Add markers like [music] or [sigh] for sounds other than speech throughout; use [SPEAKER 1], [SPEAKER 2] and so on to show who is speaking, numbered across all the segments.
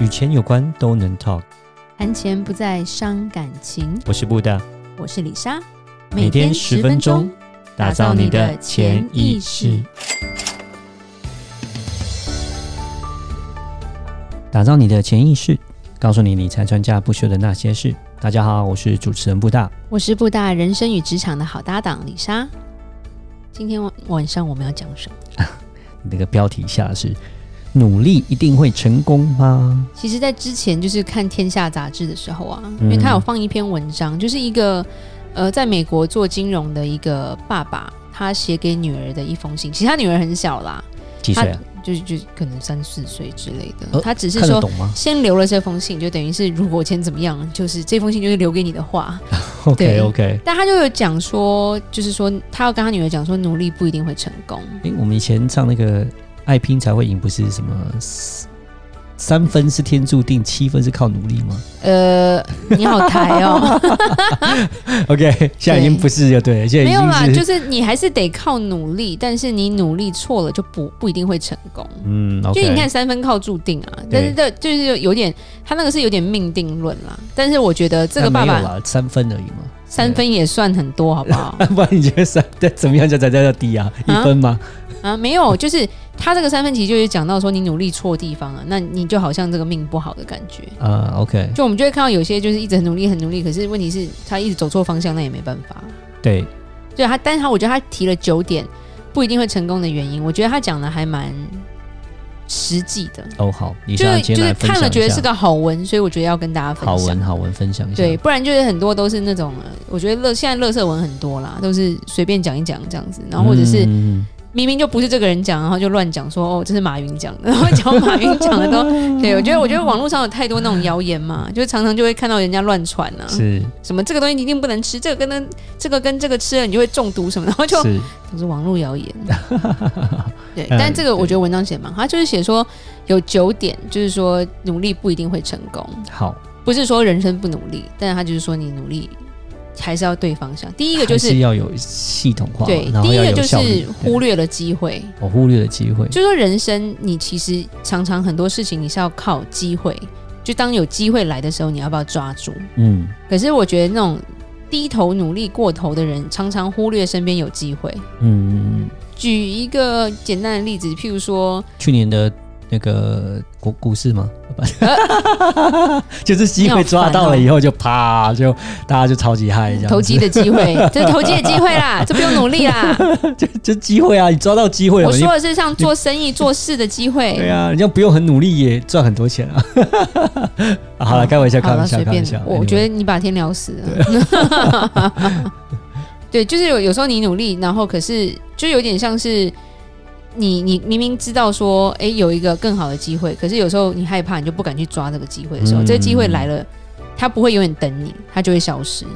[SPEAKER 1] 与钱有关都能 talk。
[SPEAKER 2] 谈钱不再伤感情。
[SPEAKER 1] 我是布大，
[SPEAKER 2] 我是李莎，
[SPEAKER 1] 每天十分钟，打造你的潜意识，打造你的潜意识，告诉你理财专家不说的那些事。大家好，我是主持人布大。
[SPEAKER 2] 我是布大人生与职场的好搭档李莎。今天晚晚上我们要讲什么？
[SPEAKER 1] 你那个标题下的是“努力一定会成功吗
[SPEAKER 2] 其实，在之前就是看《天下》杂志的时候啊，
[SPEAKER 1] 嗯
[SPEAKER 2] 因为他有放一篇文章，就是一个呃，在美国做金融的一个爸爸，他写给女儿的一封信。其实他女儿很小啦，”？
[SPEAKER 1] 几岁啊？
[SPEAKER 2] 就是就可能三四岁之类的。
[SPEAKER 1] 呃
[SPEAKER 2] 他只是
[SPEAKER 1] 看得
[SPEAKER 2] 说
[SPEAKER 1] 懂吗
[SPEAKER 2] 先留了这封信，就等于是如果今天怎么样，就是这封信就是留给你的话。
[SPEAKER 1] ？OK
[SPEAKER 2] [laughs] 对
[SPEAKER 1] OK。
[SPEAKER 2] 但他就有讲说，就是说他要跟他女儿讲说，努力不一定会成功。
[SPEAKER 1] 诶，我们以前唱那个《爱拼才会赢》，不是什么三三分是天注定，七分是靠努力吗
[SPEAKER 2] 呃，你好抬哦，
[SPEAKER 1] ？OK，现在已经
[SPEAKER 2] 对
[SPEAKER 1] 不是了， [laughs] 对，现在
[SPEAKER 2] 没有
[SPEAKER 1] [laughs]
[SPEAKER 2] 啦，
[SPEAKER 1] 已经
[SPEAKER 2] 就是是你还是得靠努力，但是你努力错了就不不一定会成功。
[SPEAKER 1] 嗯，OK，
[SPEAKER 2] 就你看三分靠注定啊，但是这就是有点，他那个是有点命定论啦。但是我觉得这个
[SPEAKER 1] 那
[SPEAKER 2] 爸
[SPEAKER 1] 没有
[SPEAKER 2] 爸
[SPEAKER 1] 啦三分而已嘛，
[SPEAKER 2] 三分也算很多，好不好？
[SPEAKER 1] 对啊。不 [laughs] 然你觉得三对怎么样叫才叫低啊？
[SPEAKER 2] 啊
[SPEAKER 1] 一分吗？
[SPEAKER 2] 啊，没有， [laughs] 就是他这个三分题就是讲到说你努力错地方啊，那你就好像这个命不好的感觉。
[SPEAKER 1] 啊，OK，
[SPEAKER 2] 就我们就会看到有些就是一直很努力很努力，可是问题是他一直走错方向，那也没办法。
[SPEAKER 1] 对，
[SPEAKER 2] 对他，但是他我觉得他提了九点不一定会成功的原因，我觉得他讲的还蛮实际的，
[SPEAKER 1] 哦，好，你
[SPEAKER 2] 就
[SPEAKER 1] 现在
[SPEAKER 2] 是
[SPEAKER 1] 今
[SPEAKER 2] 就
[SPEAKER 1] 天来
[SPEAKER 2] 是
[SPEAKER 1] 分
[SPEAKER 2] 看了
[SPEAKER 1] 享
[SPEAKER 2] 觉
[SPEAKER 1] 一
[SPEAKER 2] 得是
[SPEAKER 1] 下。
[SPEAKER 2] 个好文，所以我觉得要跟大家分
[SPEAKER 1] 好
[SPEAKER 2] 享
[SPEAKER 1] 文，。好文，分享一下。
[SPEAKER 2] 对，不然就是很多都是那种，呃我觉得乐现在乐色文很多啦，都是随便讲一讲这样子，然后或者是
[SPEAKER 1] 嗯
[SPEAKER 2] 明明就不是这个人讲，然后就乱讲说哦，这是马云讲的，然后讲马云讲的都对。我觉得，我觉得网络上有太多那种谣言嘛，就是常常就会看到人家乱传啊，
[SPEAKER 1] 是，
[SPEAKER 2] 什么这个东西你一定不能吃，这个跟那这个跟这个吃了你就会中毒什么，然后就是都是网络
[SPEAKER 1] [laughs]
[SPEAKER 2] 谣言。对，
[SPEAKER 1] 嗯
[SPEAKER 2] 但这个我觉得文章写得蛮好，他就是写说有九点，就是说努力不一定会成功，
[SPEAKER 1] 好，
[SPEAKER 2] 不是说人生不努力，但是他就是说你努力还是要对方向。第一个就
[SPEAKER 1] 还
[SPEAKER 2] 是
[SPEAKER 1] 是要有系统化，
[SPEAKER 2] 对，
[SPEAKER 1] 然后
[SPEAKER 2] 第一
[SPEAKER 1] 要
[SPEAKER 2] 个
[SPEAKER 1] 有
[SPEAKER 2] 就
[SPEAKER 1] 效率
[SPEAKER 2] 是忽略了机会。
[SPEAKER 1] 对我忽略了机会，
[SPEAKER 2] 就说人生，你其实常常很多事情你是要靠机会，就当有机会来的时候，你要不要抓住？
[SPEAKER 1] 嗯，
[SPEAKER 2] 可是我觉得那种低头努力过头的人，常常忽略身边有机会。
[SPEAKER 1] 嗯，
[SPEAKER 2] 举一个简单的例子，譬如说，
[SPEAKER 1] 去年的那个股股市吗？
[SPEAKER 2] 呃
[SPEAKER 1] [laughs] 就是机会抓到了以后就啪就大家就超级嗨这样，
[SPEAKER 2] 投机的机会，这是投机的机会啦，这不用努力啦。
[SPEAKER 1] 就就机会啊，你抓到机会了，
[SPEAKER 2] 我
[SPEAKER 1] 你
[SPEAKER 2] 说的哎是像做生意、做事的机
[SPEAKER 1] 对
[SPEAKER 2] 会。
[SPEAKER 1] 啊，你这样不用很努力也赚很多钱啊。 [laughs] 啊好了，开玩笑，开
[SPEAKER 2] 好了，
[SPEAKER 1] 玩笑，
[SPEAKER 2] 随
[SPEAKER 1] 开玩
[SPEAKER 2] 便
[SPEAKER 1] 笑。。
[SPEAKER 2] 我觉得你把天聊死了。 [laughs] 对，就是有有时候你努力，然后可是就有点像是你你明明知道说，哎、有一个更好的机会，可是有时候你害怕，你就不敢去抓这个机会的时候，
[SPEAKER 1] 嗯
[SPEAKER 2] 这个机会来了，它不会永远等你，它就会消失。
[SPEAKER 1] Anyway，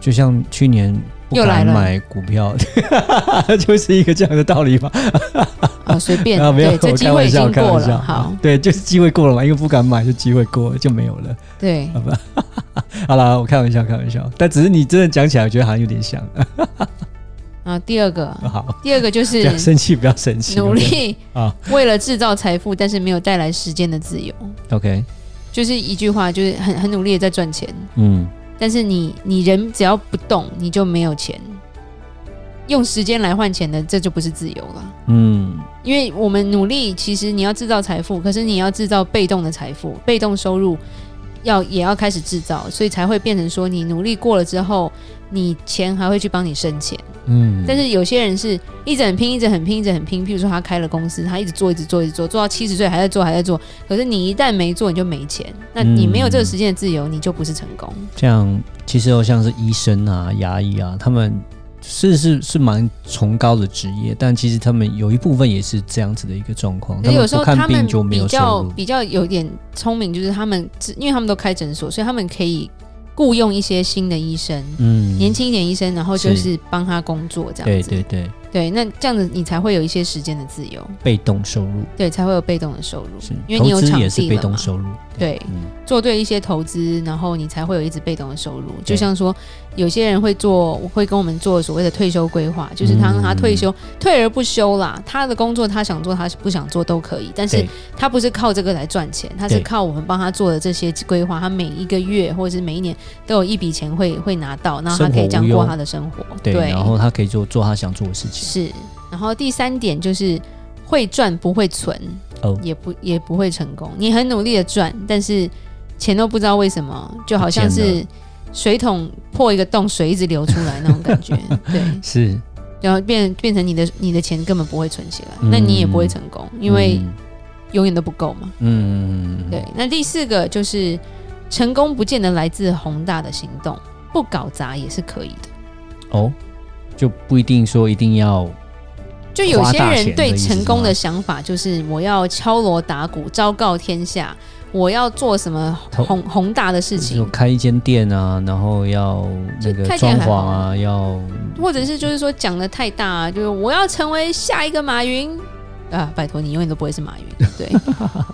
[SPEAKER 1] 就像去年不
[SPEAKER 2] 又来
[SPEAKER 1] 敢
[SPEAKER 2] 了
[SPEAKER 1] 买股票， [laughs] 就是一个这样的道理吧。 [laughs]
[SPEAKER 2] 啊，随便，
[SPEAKER 1] 啊，没有，
[SPEAKER 2] 对，这
[SPEAKER 1] 我
[SPEAKER 2] 机
[SPEAKER 1] 开
[SPEAKER 2] 会
[SPEAKER 1] 玩
[SPEAKER 2] 已
[SPEAKER 1] 笑，
[SPEAKER 2] 经
[SPEAKER 1] 开
[SPEAKER 2] 过
[SPEAKER 1] 玩笑。
[SPEAKER 2] 了。好，，
[SPEAKER 1] 对，就是机会过了嘛，因为不敢买，就机会过了就没有了。
[SPEAKER 2] 对，
[SPEAKER 1] [laughs] 好啦，我开玩笑，开玩笑。但只是你真的讲起来，我觉得好像有点像。 [laughs]
[SPEAKER 2] 啊，第二个，
[SPEAKER 1] 好，
[SPEAKER 2] 第二个
[SPEAKER 1] [laughs]
[SPEAKER 2] 就
[SPEAKER 1] 不
[SPEAKER 2] 是
[SPEAKER 1] 要生气，不要生气。
[SPEAKER 2] 努力
[SPEAKER 1] [laughs] 啊
[SPEAKER 2] 为了制造财富，但是没有带来时间的自由。
[SPEAKER 1] ，OK，
[SPEAKER 2] 就是一句话，就是很很努力的在赚钱，
[SPEAKER 1] 嗯，
[SPEAKER 2] 但是你你人只要不动，你就没有钱。用时间来换钱的，这就不是自由了。
[SPEAKER 1] 嗯，
[SPEAKER 2] 因为我们努力，其实你要制造财富，可是你要制造被动的财富，被动收入要也要开始制造，所以才会变成说你努力过了之后，你钱还会去帮你生钱。
[SPEAKER 1] 嗯，
[SPEAKER 2] 但是有些人是一直很拼，一直很拼，一直很拼。譬如说他开了公司，他一直做，一直做，一直做，做到七十岁还在做，还在做。可是你一旦没做，你就没钱。那你没有这个时间的自由，你就不是成功。
[SPEAKER 1] 嗯像其实哦，像是医生啊、牙医啊，他们是是是蛮崇高的职业，但其实他们有一部分也是这样子的一个状况，
[SPEAKER 2] 可
[SPEAKER 1] 他
[SPEAKER 2] 是有
[SPEAKER 1] 们
[SPEAKER 2] 时
[SPEAKER 1] 不
[SPEAKER 2] 候他
[SPEAKER 1] 看
[SPEAKER 2] 们
[SPEAKER 1] 病就没
[SPEAKER 2] 比
[SPEAKER 1] 有
[SPEAKER 2] 较
[SPEAKER 1] 收入。
[SPEAKER 2] 比较有点聪明，就是他们因为他们都开诊所，所以他们可以雇佣一些新的医生，
[SPEAKER 1] 嗯
[SPEAKER 2] 年轻一点医生，然后就是是帮他工作这
[SPEAKER 1] 对
[SPEAKER 2] 样子。
[SPEAKER 1] 对对，
[SPEAKER 2] 对，那这样子你才会有一些时间的自由，
[SPEAKER 1] 被动收入
[SPEAKER 2] 对，才会有被动的收入
[SPEAKER 1] 是，，
[SPEAKER 2] 因为
[SPEAKER 1] 投
[SPEAKER 2] 你有
[SPEAKER 1] 资
[SPEAKER 2] 场
[SPEAKER 1] 也是
[SPEAKER 2] 地
[SPEAKER 1] 被
[SPEAKER 2] 了嘛
[SPEAKER 1] 动。收入，
[SPEAKER 2] 对，
[SPEAKER 1] 嗯，
[SPEAKER 2] 做对一些投资，然后你才会有一直被动的收入。就像说，有些人会做，会跟我们做所谓的退休规划，就是他
[SPEAKER 1] 嗯
[SPEAKER 2] 他退休、退而不休啦，他的工作他想做，他不想做都可以，但是
[SPEAKER 1] 对
[SPEAKER 2] 他不是靠这个来赚钱，他是
[SPEAKER 1] 对
[SPEAKER 2] 靠我们帮他做的这些规划，他每一个月或者是每一年都有一笔钱会会拿到，那他可以这样
[SPEAKER 1] 生活无忧
[SPEAKER 2] 过他的生活。
[SPEAKER 1] 对，然后他可以做做他想做的事情，
[SPEAKER 2] 是，然后第三点就是会赚不会存，
[SPEAKER 1] 哦
[SPEAKER 2] 也不也不会成功。你很努力的赚，但是钱都不知道为什么，就好像
[SPEAKER 1] 不见了
[SPEAKER 2] 是水桶破一个洞，水一直流出来那种感
[SPEAKER 1] [laughs]
[SPEAKER 2] 觉。对，
[SPEAKER 1] 是，
[SPEAKER 2] 然后变变成你的你的钱根本不会存起来，那你也不
[SPEAKER 1] 嗯
[SPEAKER 2] 会成功，因为永远都不够嘛。
[SPEAKER 1] 嗯，嗯，
[SPEAKER 2] 对，那第四个就是成功不见得来自宏大的行动，不搞砸也是可以的。
[SPEAKER 1] 哦，就不一定说一定要
[SPEAKER 2] 就有些
[SPEAKER 1] 花大钱的
[SPEAKER 2] 人对
[SPEAKER 1] 意思是吗
[SPEAKER 2] 成功的想法就是我要敲锣打鼓，昭告天下，我要做什么
[SPEAKER 1] 投
[SPEAKER 2] 宏宏大的事
[SPEAKER 1] 就
[SPEAKER 2] 情，
[SPEAKER 1] 开一间店啊，然后要那个
[SPEAKER 2] 开店
[SPEAKER 1] 装潢
[SPEAKER 2] 还好
[SPEAKER 1] 啊，要
[SPEAKER 2] 或者是就是说讲的太大、啊，就是我要成为下一个马云啊！拜托你永远都不会是马
[SPEAKER 1] [laughs]
[SPEAKER 2] 云，对，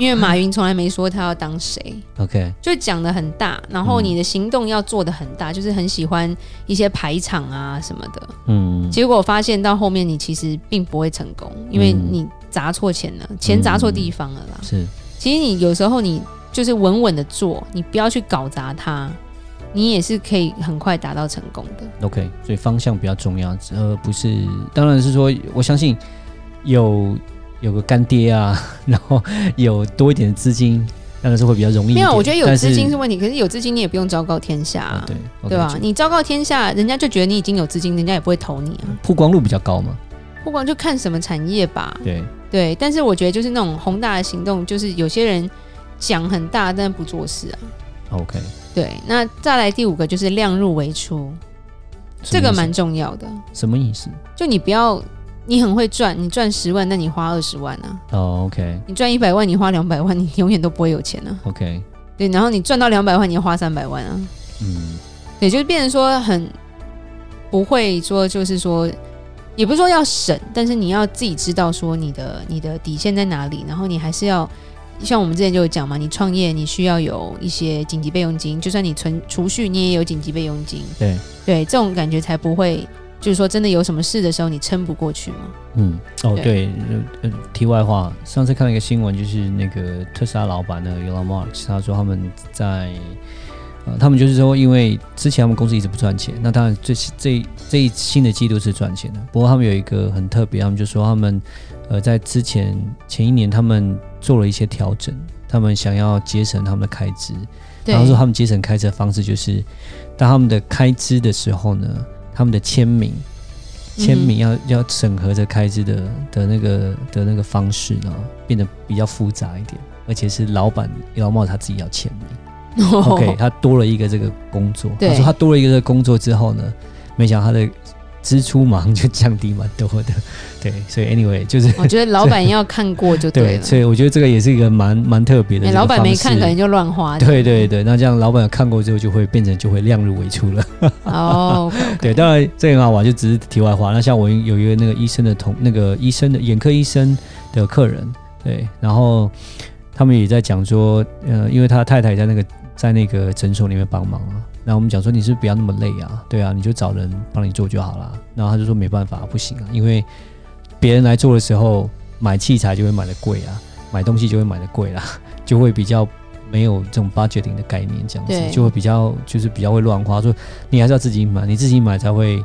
[SPEAKER 2] 因为马云从来没说他要当谁，
[SPEAKER 1] OK，
[SPEAKER 2] 就讲的很大，然后
[SPEAKER 1] 嗯
[SPEAKER 2] 你的行动要做的很大，就是很喜欢一些排场啊什么的。
[SPEAKER 1] 嗯，
[SPEAKER 2] 结果发现到后面你其实并不会成功，因为
[SPEAKER 1] 嗯
[SPEAKER 2] 你砸错钱了，钱砸错地方了啦。
[SPEAKER 1] 是
[SPEAKER 2] 其实你有时候你就是稳稳的做，你不要去搞砸它，你也是可以很快达到成功的。
[SPEAKER 1] OK，所以方向比较重要，呃，不是，当然是说，我相信有有个干爹啊， [laughs] 然后有多一点的资金，当然是会比较容易一
[SPEAKER 2] 没
[SPEAKER 1] 点。
[SPEAKER 2] 有，我觉得有
[SPEAKER 1] 但
[SPEAKER 2] 资金是
[SPEAKER 1] 是
[SPEAKER 2] 问题，可是有资金你也不用昭告天下、
[SPEAKER 1] 啊，对
[SPEAKER 2] 对吧？？你昭告天下，人家就觉得你已经有资金，人家也不会投你啊。
[SPEAKER 1] 就曝光度比较高嘛，
[SPEAKER 2] 不管就看什么产业吧，
[SPEAKER 1] 对，
[SPEAKER 2] 对。但是我觉得就是那种宏大的行动，就是有些人讲很大，但不做事啊。
[SPEAKER 1] OK，
[SPEAKER 2] 对，那再来第五个就是量入为出，这个蛮重要的。
[SPEAKER 1] 什么意思？
[SPEAKER 2] 就你不要，你很会赚，你赚十万，那你花二十万啊。
[SPEAKER 1] 哦，OK，OK、
[SPEAKER 2] 你赚一百万，你花两百万，你永远都不会有钱啊。
[SPEAKER 1] o k
[SPEAKER 2] 对，然后你赚到两百万，你要花三百万啊。
[SPEAKER 1] 嗯，
[SPEAKER 2] 对，就是变成说很不会说，就是说，也不是说要省，但是你要自己知道说你的你的底线在哪里，然后你还是要。像我们之前就有讲嘛，你创业你需要有一些紧急备用金，就算你存储蓄，你也有紧急备用金。
[SPEAKER 1] 对，
[SPEAKER 2] 对，这种感觉才不会，就是说真的有什么事的时候你撑不过去嘛。
[SPEAKER 1] 嗯，哦，
[SPEAKER 2] 对
[SPEAKER 1] 对，呃，呃题外话，上次看了一个新闻，就是那个特斯拉老板那个 Elon Musk，他说他们在，呃，他们就是说，因为之前他们公司一直不赚钱，那当然这这这一新的季度是赚钱的，不过他们有一个很特别，他们就说他们，呃，在之前前一年他们做了一些调整，他们想要节省他们的开支，
[SPEAKER 2] 对
[SPEAKER 1] 然后说他们节省开支的方式就是，当他们的开支的时候呢，他们的签名，签名啊要、要审核着开支的的那个的那个方式呢，变得比较复杂一点，而且是老板老茂他自己要签名。OK，他
[SPEAKER 2] 嗯
[SPEAKER 1] 多了一个这个工作。
[SPEAKER 2] 哦对
[SPEAKER 1] 他说他多了一个这个工作之后呢，没想到他的支出马上就降低蛮多的。 [laughs] 对，所以 anyway 就是。
[SPEAKER 2] [laughs] 我觉得老板要看过就对
[SPEAKER 1] 对，
[SPEAKER 2] 了，
[SPEAKER 1] 所以我觉得这个也是一个蛮蛮特别的
[SPEAKER 2] 哎
[SPEAKER 1] 这个
[SPEAKER 2] 老板没
[SPEAKER 1] 方
[SPEAKER 2] 看
[SPEAKER 1] 式
[SPEAKER 2] 可能就乱花。
[SPEAKER 1] 对对对，那这样老板有看过之后，就会变成就会量入为出了。
[SPEAKER 2] 哦，OK，OK，
[SPEAKER 1] 对，当然这个很好玩，就只是题外话。那像我有一个那个医生的同那个医生的眼科医生的客人，对，然后他们也在讲说，呃，因为他太太在那个在那个诊所里面帮忙啊，那我们讲说你是不是不要那么累啊，对啊，你就找人帮你做就好啦。然后他就说没办法，不行啊，因为别人来做的时候，买器材就会买的贵啊，买东西就会买的贵啦， [laughs] 就会比较。没有这种 budgeting 的概念，这样子
[SPEAKER 2] 对
[SPEAKER 1] 就会比较就是比较会乱花，说你还是要自己买，你自己买才会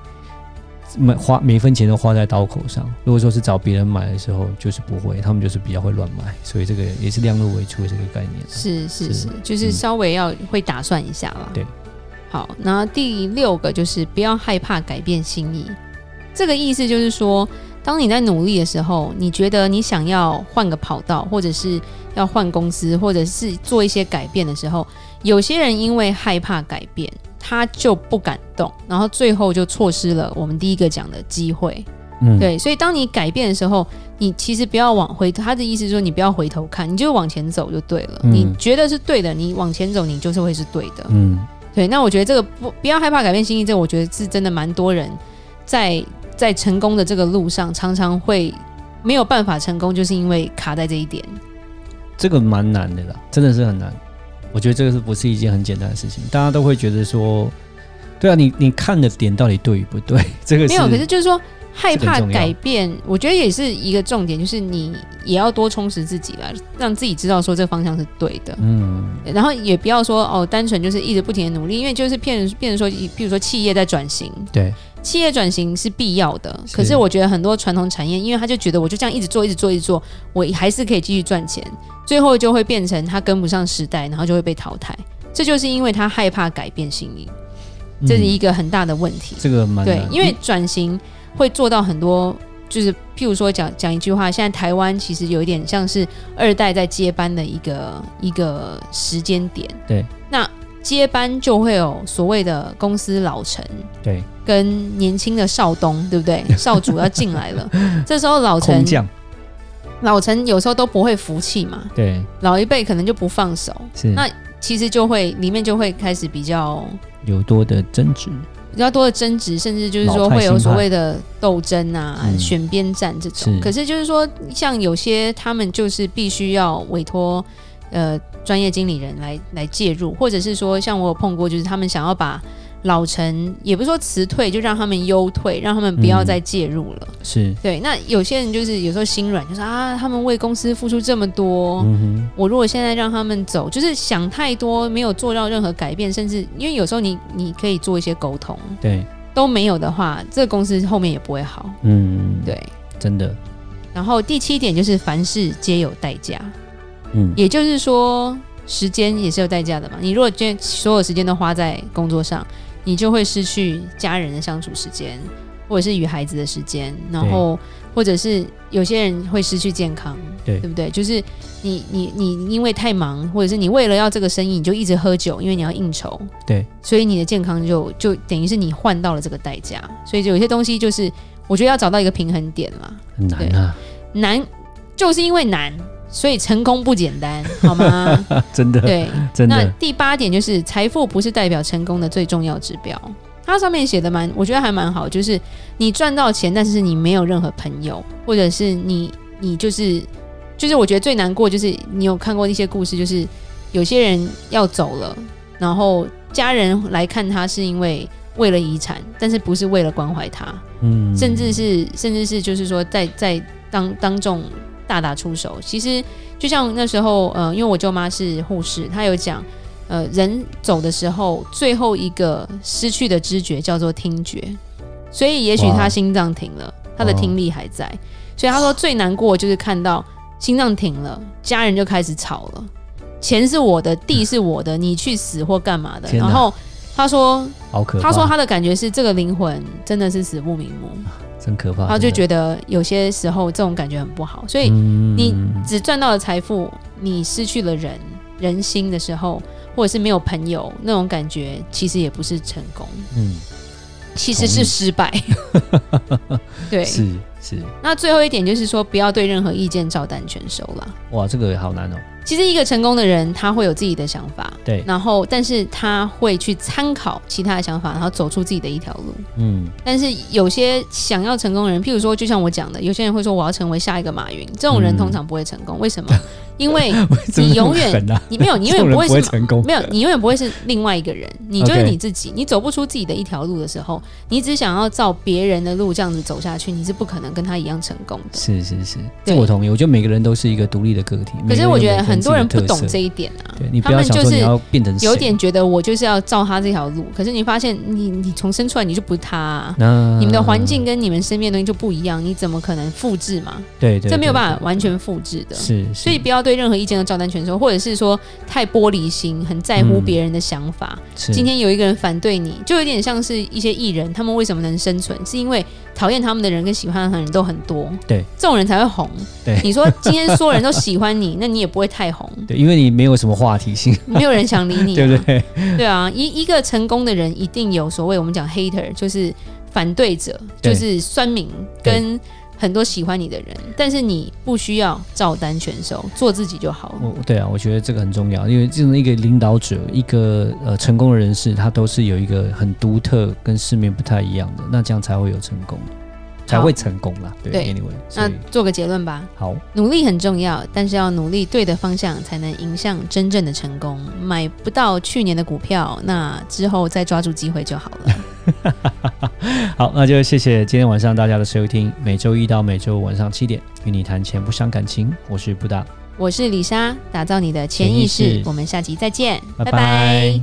[SPEAKER 1] 买花每一分钱都花在刀口上。如果说是找别人买的时候，就是不会，他们就是比较会乱买，所以这个也是量入为出的这个概念。啊
[SPEAKER 2] 是
[SPEAKER 1] [laughs] 是
[SPEAKER 2] 是是，就是
[SPEAKER 1] 嗯
[SPEAKER 2] 稍微要会打算一下啦。
[SPEAKER 1] 对，
[SPEAKER 2] 好，然后第六个就是不要害怕改变心意。这个意思就是说，当你在努力的时候，你觉得你想要换个跑道，或者是要换公司，或者是做一些改变的时候，有些人因为害怕改变，他就不敢动，然后最后就错失了我们第一个讲的机会。
[SPEAKER 1] 嗯，
[SPEAKER 2] 对，所以当你改变的时候，你其实不要往回，他的意思是说你不要回头看，你就往前走就对了。
[SPEAKER 1] 嗯
[SPEAKER 2] 你觉得是对的，你往前走，你就是会是对的。
[SPEAKER 1] 嗯，
[SPEAKER 2] 对，那我觉得这个不不要害怕改变心意，这个我觉得是真的蛮多人在在成功的这个路上，常常会没有办法成功，就是因为卡在这一点。
[SPEAKER 1] 这个蛮难的啦，真的是很难。我觉得这个是不是一件很简单的事情？大家都会觉得说，对啊，你你看的点到底对与不对？ [laughs] 这个
[SPEAKER 2] 没有，可是就是说害怕改变，我觉得也是一个重点，就是你也要多充实自己啦，让自己知道说这个方向是对的。
[SPEAKER 1] 嗯，
[SPEAKER 2] 然后也不要说哦，单纯就是一直不停的努力，因为就是骗人，变成说，比如说企业在转型，
[SPEAKER 1] 对，
[SPEAKER 2] 企业转型是必要的。
[SPEAKER 1] 是
[SPEAKER 2] 可是我觉得很多传统产业，因为他就觉得我就这样一直做，一直做，一直做，我还是可以继续赚钱，最后就会变成他跟不上时代，然后就会被淘汰。这就是因为他害怕改变心理，这是一
[SPEAKER 1] 嗯
[SPEAKER 2] 个很大的问题。
[SPEAKER 1] 这个蛮
[SPEAKER 2] 对
[SPEAKER 1] 难，，
[SPEAKER 2] 因为转型会做到很多，就是譬如说讲讲一句话，现在台湾其实有一点像是二代在接班的一个一个时间点。
[SPEAKER 1] 对，
[SPEAKER 2] 那接班就会有所谓的公司老臣
[SPEAKER 1] 对
[SPEAKER 2] 跟年轻的少东，对
[SPEAKER 1] [laughs]
[SPEAKER 2] 不对？少主要进来了，这时候老
[SPEAKER 1] 空
[SPEAKER 2] 臣
[SPEAKER 1] 降，
[SPEAKER 2] 老臣有时候都不会服气嘛，
[SPEAKER 1] 对
[SPEAKER 2] 老一辈可能就不放手，
[SPEAKER 1] 是
[SPEAKER 2] 那其实就会里面就会开始比较
[SPEAKER 1] 有多的争执，
[SPEAKER 2] 比较多的争执，甚至就是
[SPEAKER 1] 老
[SPEAKER 2] 说
[SPEAKER 1] 派
[SPEAKER 2] 会
[SPEAKER 1] 新
[SPEAKER 2] 有
[SPEAKER 1] 派
[SPEAKER 2] 所谓的斗争啊、
[SPEAKER 1] 嗯
[SPEAKER 2] 选边站这种。
[SPEAKER 1] 是
[SPEAKER 2] 可是就是说，像有些他们就是必须要委托呃专业经理人来来介入，或者是说，像我有碰过，就是他们想要把老陈也不是说辞退，就让他们优退，让他们不要
[SPEAKER 1] 嗯
[SPEAKER 2] 再介入了。
[SPEAKER 1] 是，
[SPEAKER 2] 对，那有些人就是有时候心软，就是啊，他们为公司付出这么多，
[SPEAKER 1] 嗯
[SPEAKER 2] 我如果现在让他们走，就是想太多，没有做到任何改变，甚至因为有时候你你可以做一些沟通，
[SPEAKER 1] 哼，对，
[SPEAKER 2] 都没有的话，这个公司后面也不会好。
[SPEAKER 1] 嗯，，
[SPEAKER 2] 对，
[SPEAKER 1] 真的，
[SPEAKER 2] 然后第七点就是凡事皆有代价，
[SPEAKER 1] 嗯，
[SPEAKER 2] 也就是说时间也是有代价的嘛。你如果今天所有时间都花在工作上，你就会失去家人的相处时间，或者是与孩子的时间，然后或者是有些人会失去健康，
[SPEAKER 1] 对
[SPEAKER 2] 对不对？就是你你你因为太忙，或者是你为了要这个生意，你就一直喝酒，因为你要应酬，
[SPEAKER 1] 对，
[SPEAKER 2] 所以你的健康就就等于是你换到了这个代价，所以就有些东西就是我觉得要找到一个平衡点啦，
[SPEAKER 1] 很难啊，
[SPEAKER 2] 难就是因为难，所以成功不简单，好吗？
[SPEAKER 1] [laughs] 真的，
[SPEAKER 2] 对，
[SPEAKER 1] 真
[SPEAKER 2] 那
[SPEAKER 1] 的，
[SPEAKER 2] 第八点就是财富不是代表成功的最重要指标。它上面写的蛮，我觉得还蛮好，就是你赚到钱，但是你没有任何朋友，或者是你你就是就是我觉得最难过就是你有看过一些故事，就是有些人要走了，然后家人来看他是因为为了遗产，但是不是为了关怀他，
[SPEAKER 1] 嗯，
[SPEAKER 2] 甚至是甚至是就是说在在当当众大打出手。其实就像那时候，呃，因为我舅妈是护士，她有讲，呃，人走的时候最后一个失去的知觉叫做听觉，所以也许
[SPEAKER 1] 哇
[SPEAKER 2] 她心脏停
[SPEAKER 1] 哦
[SPEAKER 2] 了，她的听力还在，所以她说最难过就是看到心脏停了，家人就开始吵了。钱是我的，地是我
[SPEAKER 1] [laughs]
[SPEAKER 2] 的，你去死或干嘛的？
[SPEAKER 1] 天哪
[SPEAKER 2] 然后她说，
[SPEAKER 1] 好可怕，
[SPEAKER 2] 她说她的感觉是这个灵魂真的是死不瞑目。
[SPEAKER 1] 啊真嗯可怕，
[SPEAKER 2] 然后就
[SPEAKER 1] 得
[SPEAKER 2] 觉得有些时候这种感觉很不好，所以你只赚到了财富，你失去了人人心的时候，或者是没有朋友那种感觉，其实也不是成功，
[SPEAKER 1] 嗯，
[SPEAKER 2] 其实
[SPEAKER 1] 同意
[SPEAKER 2] 是失败。
[SPEAKER 1] [laughs]
[SPEAKER 2] 对，
[SPEAKER 1] 是是，
[SPEAKER 2] 那最后一点就是说，不要对任何意见照单全收啦。
[SPEAKER 1] 哇，这个好难哦，
[SPEAKER 2] 其实一个成功的人，他会有自己的想法，
[SPEAKER 1] 对，
[SPEAKER 2] 然后但是他会去参考其他的想法，然后走出自己的一条路。
[SPEAKER 1] 嗯， [laughs]
[SPEAKER 2] 但是有些想要成功的人，譬如说，就像我讲的，有些人会说我要成为下一个马云，这种人
[SPEAKER 1] 嗯
[SPEAKER 2] 通常不会成功。为什么？因为
[SPEAKER 1] 怎么那么
[SPEAKER 2] 永远
[SPEAKER 1] 狠啊
[SPEAKER 2] 你没
[SPEAKER 1] [laughs]
[SPEAKER 2] 有，你
[SPEAKER 1] 嗯这种
[SPEAKER 2] 永
[SPEAKER 1] 人
[SPEAKER 2] 远不会
[SPEAKER 1] 不会
[SPEAKER 2] 是马
[SPEAKER 1] 成功，
[SPEAKER 2] 没有，你永远不会是另外一个人，你就是
[SPEAKER 1] OK
[SPEAKER 2] 你自己。你走不出自己的一条路的时候，你只想要照别人的路这样子走下去，你是不可能跟他一样成功的。
[SPEAKER 1] 是是是，
[SPEAKER 2] 对
[SPEAKER 1] 这我同意。我觉得每个人都是一个独立的个体。
[SPEAKER 2] 可
[SPEAKER 1] 每个
[SPEAKER 2] 是
[SPEAKER 1] 有
[SPEAKER 2] 我觉
[SPEAKER 1] 每
[SPEAKER 2] 得
[SPEAKER 1] 个
[SPEAKER 2] 很
[SPEAKER 1] 自己
[SPEAKER 2] 多
[SPEAKER 1] 的
[SPEAKER 2] 人不
[SPEAKER 1] 特
[SPEAKER 2] 懂
[SPEAKER 1] 色
[SPEAKER 2] 这一点啊，
[SPEAKER 1] 对你
[SPEAKER 2] 他
[SPEAKER 1] 不要
[SPEAKER 2] 们
[SPEAKER 1] 想
[SPEAKER 2] 就
[SPEAKER 1] 说你
[SPEAKER 2] 是
[SPEAKER 1] 要变成
[SPEAKER 2] 有
[SPEAKER 1] 谁
[SPEAKER 2] 点觉得我就是要照他这条路，可是你发现你你从生出来你就不是他、啊，
[SPEAKER 1] 那
[SPEAKER 2] 你们的环境跟你们身边的东西就不一样，你怎么可能复制嘛？
[SPEAKER 1] 对对，
[SPEAKER 2] 这没有办
[SPEAKER 1] 法
[SPEAKER 2] 法完全复制的。
[SPEAKER 1] 是，是
[SPEAKER 2] 所以不要对任何意见都照单全收，或者是说太玻璃心，很在乎别人的想法。
[SPEAKER 1] 是
[SPEAKER 2] 今天有一个人反对你，就有点像是一些艺人，他们为什么能生存，是因为讨厌他们的人跟喜欢他的人都很多，
[SPEAKER 1] 对，
[SPEAKER 2] 这种人才会红。
[SPEAKER 1] 对
[SPEAKER 2] 你说今天所有人都喜欢你，那你也不会太红，
[SPEAKER 1] 对，因为你没有什么话题性，
[SPEAKER 2] 没有人想理你、
[SPEAKER 1] [laughs]
[SPEAKER 2] 啊，
[SPEAKER 1] 对不对？
[SPEAKER 2] 对啊，一一个成功的人一定有所谓我们讲 hater，就是反对者，
[SPEAKER 1] 对
[SPEAKER 2] 就是酸民
[SPEAKER 1] 对
[SPEAKER 2] 跟很多喜欢你的人，但是你不需要照单全收，做自己就好了。
[SPEAKER 1] 我对啊，我觉得这个很重要，因为这种一个领导者，一个呃成功的人士，他都是有一个很独特跟世面不太一样的，那这样才会有成功。才会成功啦。对
[SPEAKER 2] 对
[SPEAKER 1] a n y w a y 所
[SPEAKER 2] 那
[SPEAKER 1] 以
[SPEAKER 2] 做个结论吧，
[SPEAKER 1] 好，
[SPEAKER 2] 努力很重要，但是要努力对的方向，才能迎向真正的成功。买不到去年的股票，那之后再抓住机会就好
[SPEAKER 1] [laughs]
[SPEAKER 2] 了。
[SPEAKER 1] 好，那就谢谢今天晚上大家的收听。每周一到每周五晚上七点，与你谈钱不伤感情。我是布达，
[SPEAKER 2] 我是李莎，打造你的潜
[SPEAKER 1] 潜
[SPEAKER 2] 意
[SPEAKER 1] 意
[SPEAKER 2] 识，
[SPEAKER 1] 识
[SPEAKER 2] 我们下集再见，
[SPEAKER 1] 拜拜